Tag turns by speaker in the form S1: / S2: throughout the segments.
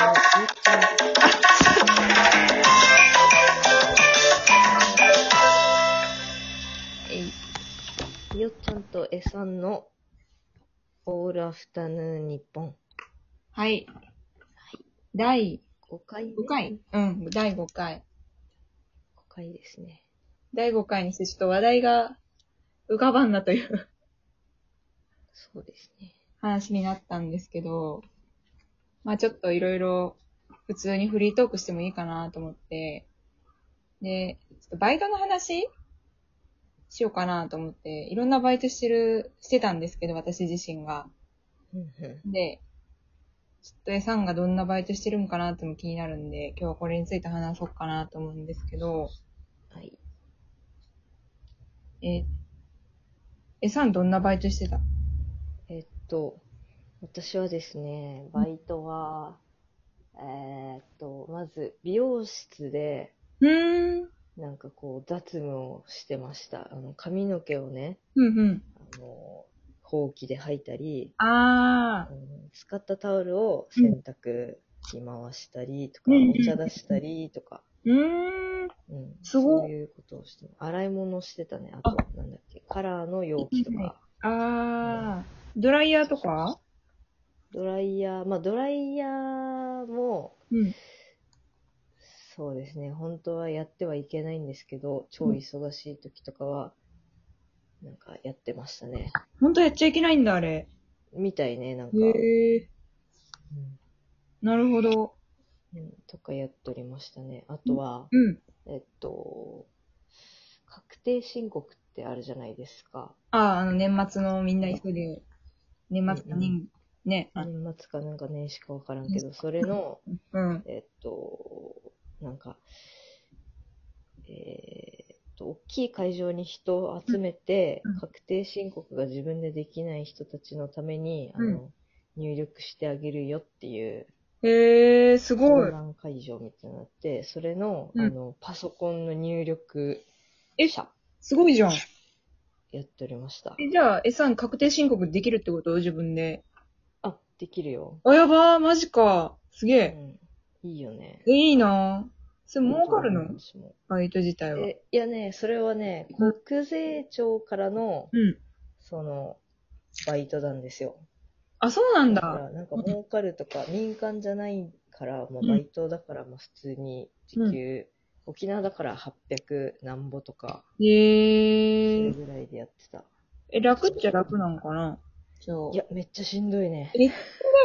S1: えー、ゆっちゃん。えいよっちゃんとえさんのオールアフタヌーン日本
S2: はい。第
S1: 5回目
S2: 5回うん、第5回。
S1: 5回ですね。
S2: 第5回にしてちょっと話題が浮かばんなという
S1: そうですね。
S2: 話になったんですけど、まあちょっといろいろ普通にフリートークしてもいいかなと思って、で、ちょっとバイトの話しようかなと思って、いろんなバイトしてる、してたんですけど、私自身が。
S1: うんうん
S2: で、ちょっとエさんがどんなバイトしてるんかなっても気になるんで、今日はこれについて話そうかなと思うんですけど、
S1: はい。
S2: え、エさんどんなバイトしてた
S1: えっと、私はですね、バイトは、えーっと、まず美容室で、
S2: うーん。
S1: なんかこう雑務をしてました。あの髪の毛をね、
S2: うんうん。
S1: あの、ほうきで吐いたり、
S2: あ
S1: あの使ったタオルを洗濯に回したりとか、
S2: うん
S1: お茶出したりとか、
S2: ー。うーん。
S1: うん、
S2: すごい
S1: そういうことをして、洗い物してたね。あと、なんだっけ、カラーの容器と
S2: うんうん
S1: か、
S2: あー。ドライヤーとか
S1: ドライヤー、まあドライヤーも、
S2: うん。
S1: そうですね、本当はやってはいけないんですけど、超忙しい時とかは、なんかやってましたね。
S2: ほんとやっちゃいけないんだ、あれ。
S1: みたいね、なんか。
S2: へえ。なるほど。
S1: うんうんとかやっておりましたね。あとは、
S2: うん。
S1: えっと、確定申告ってあるじゃないですか。
S2: あー、あの、年末のみんな急いで、年末
S1: うんう
S2: に、ね、あ
S1: 年末かなんか年始かわからんけど、それの、
S2: うん。
S1: えっと、なんか、えーっと、大きい会場に人を集めて
S2: うん、
S1: 確定申告が自分でできない人たちのために、あ
S2: うん
S1: の、入力してあげるよっていう、
S2: へえ、すご
S1: 相
S2: い。
S1: 談会場みたいなのがあって、それの、
S2: うん
S1: あの、パソコンの入力
S2: え
S1: 者
S2: すごいじゃん。
S1: やっておりました。
S2: え、じゃあ、えさん確定申告できるってこと自分で。
S1: あ、できるよ。
S2: あ、やばー、マジか。すげ
S1: う
S2: え。
S1: ん。いいよね。
S2: え、いいなー。それ儲かるの
S1: 私も
S2: バイト自体は。
S1: えいやね、それはね、
S2: うん
S1: 国税庁からの、
S2: うん。
S1: その、バイトなんですよ。
S2: あ、そうなん
S1: だか
S2: だ。
S1: ら、なんか儲かるとか、民間じゃないから、まあ、
S2: うん
S1: バイトだから、まあ、普通に時給、沖縄だから800なんぼとか、そ
S2: へえ
S1: れ
S2: ー。
S1: ぐらいでやってた。
S2: え、楽っちゃ楽なのかなそう。
S1: いや、めっちゃしんどいね。
S2: え、そ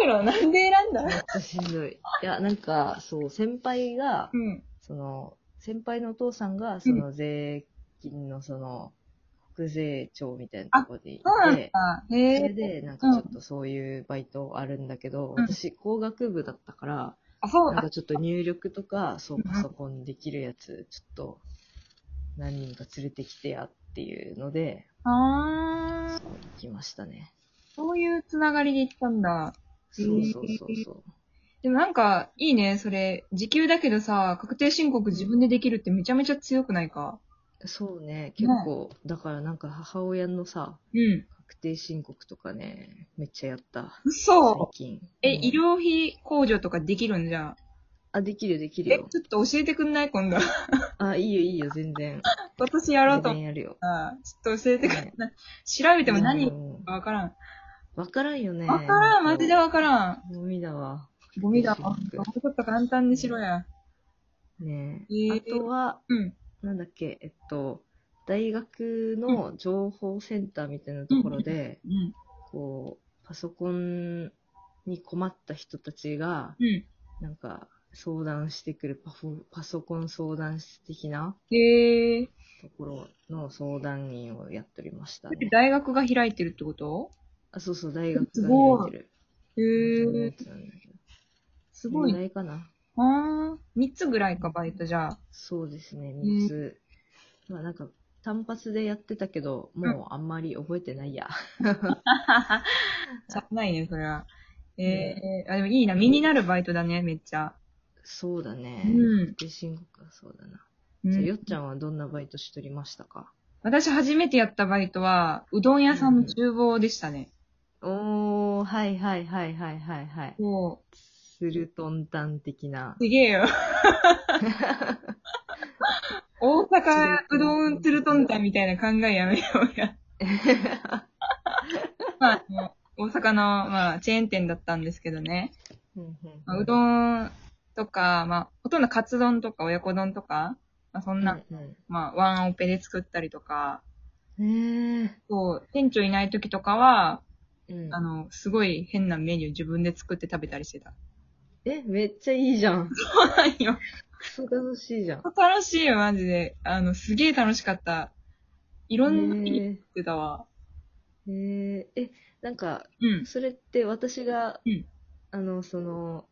S2: うだろ なんで選ん
S1: め
S2: だ
S1: っちゃしんどい。いや、なんか、そう、先輩が、
S2: うん。
S1: その、先輩のお父さんが、その、税金の、その、国税庁みたいなところでいて、
S2: そうなんだ。へ
S1: それ
S2: えー。
S1: で、なんかちょっとそういうバイトあるんだけど、
S2: うん
S1: 私、工学部だったから、
S2: あ、そう
S1: なん
S2: あ
S1: かちょっと入力とか、そうう、
S2: ん
S1: パソコンできるやつ、ちょっと、何人か連れてきてやっていうので、
S2: あー。
S1: そう行きましたね。
S2: そういうつながりで行ったんだ。
S1: そうそうそうそう。
S2: でもなんか、いいね、それ。時給だけどさ、確定申告自分でできるってめちゃめちゃ強くないか
S1: そうね、結構、だからなんか母親のさ、
S2: うん。
S1: 確定申告とかね、めっちゃやった。最
S2: 嘘
S1: 近。
S2: え、
S1: うん
S2: 医療費控除とかできるんじゃん。
S1: あ、できるできる
S2: え、ちょ
S1: よ。
S2: っと教えてくんない 今度。
S1: あ、いいよいいよ、全然。
S2: 私やろう
S1: 全
S2: と思
S1: 然
S2: っ
S1: やるよ。
S2: た。ちょっと教えてくんない。調べても何かわからん。
S1: わからんよね。
S2: わからん、マジでわからん。
S1: ゴミだわ。
S2: ゴミだ。
S1: 確
S2: も
S1: かに
S2: うちょっと簡単にしろや。
S1: ねえ
S2: えー
S1: あとは、
S2: うん。
S1: なんだっけ、えっと、大学の情報センターみたいなところで、
S2: うん。
S1: こう、パソコンに困った人たちが、
S2: うん。
S1: なんか、相談してくるパフパソコン相談室的な
S2: へえ。
S1: ところの相談員をやっておりましたね。
S2: 大学が開いてるってこと
S1: あ、そうそう、大学
S2: す
S1: が
S2: ご
S1: 開
S2: い
S1: いてる。
S2: へ
S1: や
S2: え。
S1: つなんだけど
S2: すごい
S1: これぐ
S2: ね。
S1: らいかな。
S2: ああ。三つぐらいか、バイトじゃあ。
S1: そうですね、3つ。まあなんか、単発でやってたけど、もうあんまり覚えてないや。
S2: しゃあないね、それは。ええあ、でもいいな。身になるバイトだね、めっちゃ。
S1: そうだね。
S2: うん
S1: 確定申告はそうだな。
S2: う
S1: じゃあ、
S2: ん
S1: よっちゃんはどんなバイトしとりましたか
S2: 私初めてやったバイトは、うどん屋さんの厨房でしたね。
S1: おー、はいはいはいはいはいはい。
S2: そう。
S1: スルトンタン的な。
S2: すげえよ。大阪うどんツルトンタンみたいな考えやめようや。まああの、大阪の、まあ、チェーン店だったんですけどね。
S1: うんうん
S2: まあ、うどんとか、まあ、ほとんどカツ丼とか親子丼とか、まあ、そんな、
S1: うん
S2: まあ、ワンオペで作ったりとか、
S1: うん。ね
S2: そう、店長いない時とかは、
S1: えうん
S2: あの、すごい変なメニュー自分で作って食べたりしてた。
S1: え、めっちゃいいじゃん。
S2: そうなんよ。
S1: クソ楽しいじゃん。
S2: 楽しいよ、マジで。あの、すげえ楽しかった。いろんなメニュー
S1: ね
S2: 作ってたわ。
S1: えねええ、なんか、
S2: うん。
S1: それって私が、
S2: うん
S1: あの、その、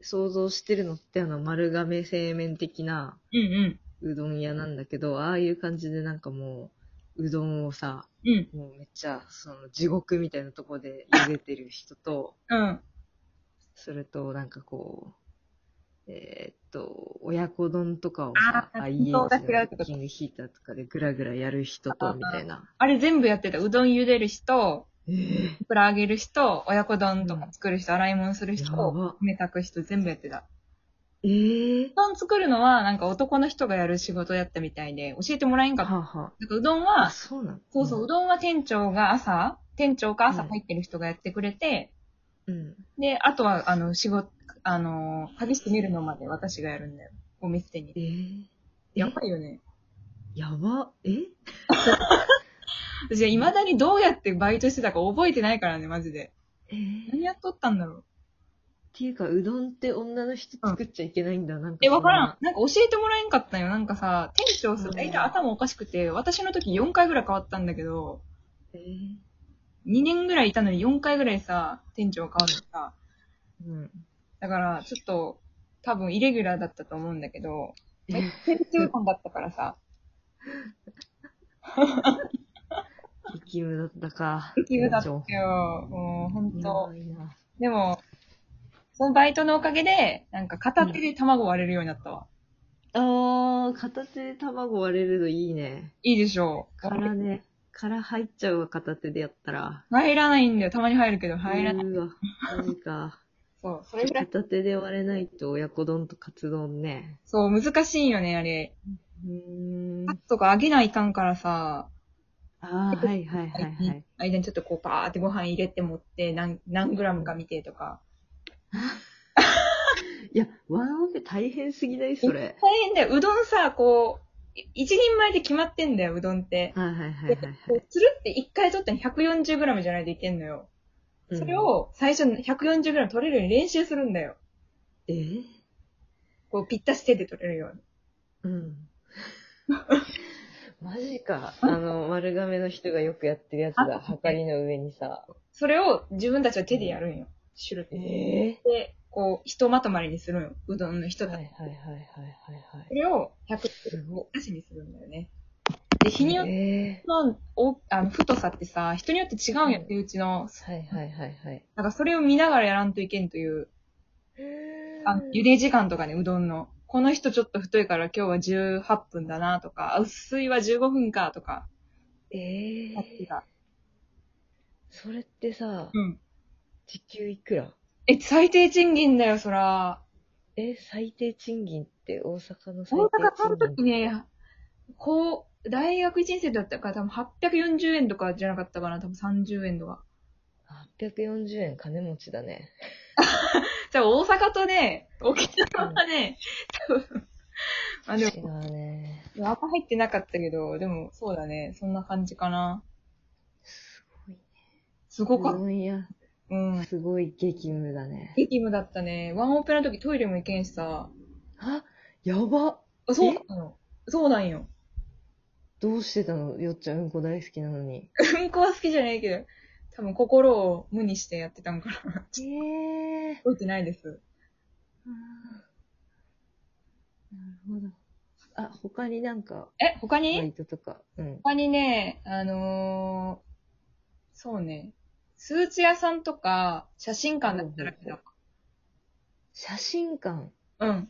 S1: 想像してるのってあの、丸亀製麺的な
S2: うんうん。
S1: うどん屋なんだけど、ああいう感じでなんかもう、うどんをさ、
S2: うん。
S1: もうめっちゃ、その、地獄みたいなとこで茹でてる人と、
S2: うん。
S1: それと、なんかこう、えーっと、親子丼とかをさ、
S2: あー
S1: IH
S2: 本
S1: の
S2: 当
S1: ク
S2: だ違うってこと
S1: ッキングヒーターとかでぐらぐらやる人
S2: あ
S1: と、
S2: ー
S1: みたいな。
S2: あれ全部やってた。うどん茹でる人、
S1: えー、
S2: プラ揚げる人、親子丼とか作る人、洗い物する人
S1: やば、
S2: 米炊く人、全部やってた。
S1: えー
S2: う、どん作るのは、なんか男の人がやる仕事やったみたいで、教えてもらえんか
S1: は
S2: った。
S1: あ、は
S2: なんかうどん
S1: あ、
S2: は
S1: あ、、そうなの
S2: そうそう、う
S1: ど
S2: どんは店長が朝、店長か朝
S1: うん
S2: 入ってる人がやってくれて、
S1: ん。うん。
S2: で、あとは、あの、仕事、あの、激しく見るのまで私がやるんだよ。お店に
S1: え。ー、
S2: やばいよね。
S1: やば、え
S2: 私、未だにどうやってバイトしてたか覚えてないからね、マジで。
S1: えー、っ
S2: 何やっとったんだろう。
S1: ていうか、うどんって女の人作っちゃいけないんだ。なんか
S2: え、わからん
S1: ん。。
S2: なんか教えてもらえんかったんよ。なんかさ、店長さ、
S1: うん
S2: 大体頭おかしくて、私の時4回ぐらい変わったんだけど、
S1: えー、
S2: 2年ぐらいいたのに4回ぐらいさ、店長変わってさ、
S1: うん。
S2: だから、ちょっと、多分イレギュラーだったと思うんだけど、めっちゃ店長感だったからさ、
S1: 激務だったか。
S2: 激務だったよ。もう、ほんと。
S1: いやいいな
S2: でも、そのバイトのおかげで、なんか片手で卵割れるようになったわ。
S1: あー、片手で卵割れるのいいね。
S2: いいでしょう。
S1: 殻ね。殻入っちゃうわ、片手でやったら。
S2: 入らないんだよ。たまに入るけど、入らない。
S1: うーわ、マジか。
S2: そう、それぐらい。
S1: 片手で割れないと親子丼とカツ丼ね。
S2: そう、難しいよね、あれ。
S1: うーん
S2: パ。ッとか揚げないかんからさ、
S1: あー、はいはいはいはい。
S2: 間にちょっとこうパーってご飯入れて持って何、何グラムか見てとか。
S1: いや、ワンオペ大変すぎないそれ。
S2: 大変だよ。うどんさ、こう、い一人前で決まってんだよ、うどんって。
S1: はいはいはいはい
S2: こ
S1: は
S2: うつるって一回取ったら 140g じゃないといけんのよ。
S1: い。
S2: それを最初に 140g 取れるように練習するんだよ。
S1: うん。えー
S2: こうぴったし手で取れるように。
S1: うん。マジか。あの、丸亀の人がよくやってるやつだ。はかりの上にさ。
S2: それを自分たちは手でやるんよ。シュルっ
S1: え
S2: て。
S1: え
S2: で、こう、ひとまとまりにするんよ。うどんの人
S1: はい
S2: た
S1: は
S2: ち。
S1: いはいはいはいは
S2: そ
S1: い。
S2: れを100
S1: すごい。
S2: なしにするんだよね。で、日によって
S1: え
S2: のおあの太さってさ、人によって違うんやって、うちの。
S1: ーはいはいはいはい。
S2: だからそれを見ながらやらんといけんという、あの茹で時間とかね、うどんの。この人ちょっと太いから今日は18分だなとか、あ薄いは15分かとか、
S1: え
S2: さっき
S1: ー、
S2: が。
S1: それってさ、
S2: うん。
S1: 時給いくら
S2: え、最低賃金だよ、そら。
S1: え、最低賃金って大阪の最
S2: 大阪その
S1: 低賃
S2: 時
S1: 金
S2: ね、こう、大学1年生だったから多分840円とかじゃなかったかな、多分30円とか。
S1: 840円金持ちだね。
S2: じゃあ大阪とね、沖縄はね、多分、まあでも
S1: 違、うね。
S2: あんま入ってなかったけど、でも、そうだね。そんな感じかな。
S1: すごい。
S2: すごかっ
S1: うどん屋
S2: た。うん。
S1: すごい激務だね。
S2: 激務だったね。ワンオペの時トイレも行けんしさ。
S1: あ、やば
S2: あそうなの。そうなんよ。
S1: どうしてたのよっちゃんうんこ大好きなのに。
S2: うんこは好きじゃないけど、多分心を無にしてやってたんかな。
S1: ええ
S2: 覚えてないです。
S1: なるほど。あ、他になんか、
S2: え、他
S1: バ
S2: に、
S1: イトとか。うん。
S2: 他にね、あのー、そうね。スーツ屋さんとか、写真館だったら
S1: うん写真館っ
S2: うん。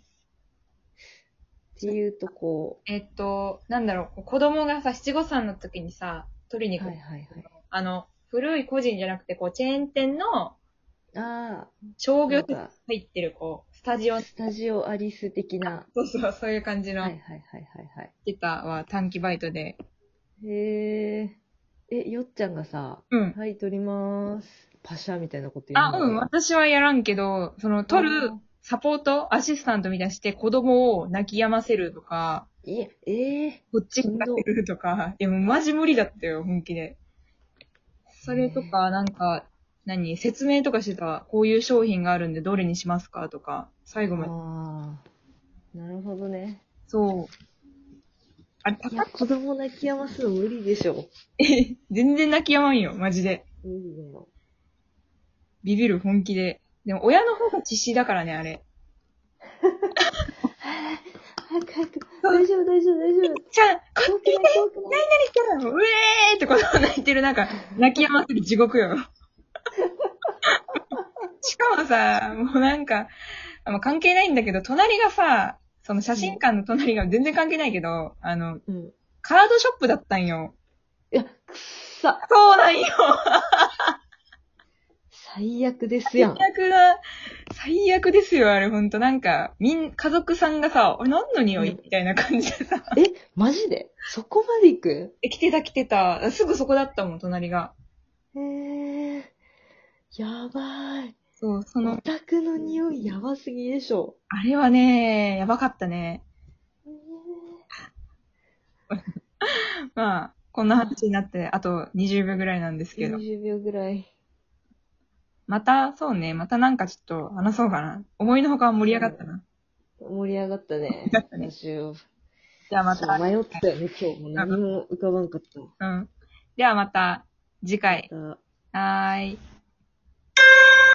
S1: ていうとこ
S2: えっと、なんだろう、子供がさ、七五三の時にさ、取
S1: う。
S2: りに行
S1: は
S2: く
S1: いはいはい。
S2: あの、古い個人じゃなくて、こう、チェーン店の
S1: あ
S2: 商
S1: あ、なん
S2: 業施設
S1: か、
S2: 入ってる、こう、スタジオ、
S1: スタジオアリス的な。
S2: そうそう、そういう感じの、
S1: はいは
S2: 来
S1: いはいはいはい。
S2: てたは短期バイトで。
S1: へえ。え、よっちゃんがさ、
S2: うん。
S1: はい、撮りまーす。パシャみたいなこと言う
S2: あ、うん、私はやらんけど、その、撮る、サポート、アシスタントみたいにして、子供を泣き止ませるとか、
S1: いや、ええ
S2: こっち来るとか、いやもうマジ無理だったよ、本気で。それとか、なんか、何、説明とかしてた、こういう商品があるんでどれにしますかとか、最後まで。
S1: ああ、なるほどね。
S2: そう。あれ、
S1: い
S2: 高
S1: や、
S2: っ
S1: 子供泣き止ますの無理でしょ。
S2: て、全然泣き止まんよ、マジで。
S1: 無理だよ。
S2: ビビる、本気で。でも、親の方が知識だからね、あれ。
S1: 早く早く。大丈夫、大丈夫、大丈夫。
S2: ちゃん、こ
S1: 怖くない、怖くない。
S2: っちゃん、うえーって子供泣いてる、なんか、泣き止ませる地獄よ。しかもさ、もうなんか、あまあ関係ないんだけど、隣がさ、その写真館の隣が全然関係ないけど、あの、
S1: うん。い
S2: カードショップだったんよ。
S1: や、くっさ。
S2: そうなんよ
S1: 最悪です
S2: 最
S1: やん。
S2: 悪だ。最悪ですよ、あれほんと。なんか、みん、家族さんがさ、あれ何の匂いみたいな感じでさ、
S1: え、マジでそこまで行く
S2: え、来てた来てた。すぐそこだったもん、隣が。
S1: ええー。やばい。
S2: そう、そ
S1: オ
S2: の、
S1: タクの匂いやばすぎでしょ。
S2: あれはね、やばかったね。
S1: えー
S2: まあ、こんな話になって、あと20秒ぐらいなんですけど。
S1: 20秒ぐらい。
S2: また、そうね、またなんかちょっと話そうかな。思いのほか盛り上がったな。
S1: 盛り上がった ね。
S2: だったね
S1: ラジオ
S2: じゃあまた。
S1: そう迷ったよね、今日も。何も浮かばんかった。
S2: うん。ではまた次回。
S1: また
S2: はーい。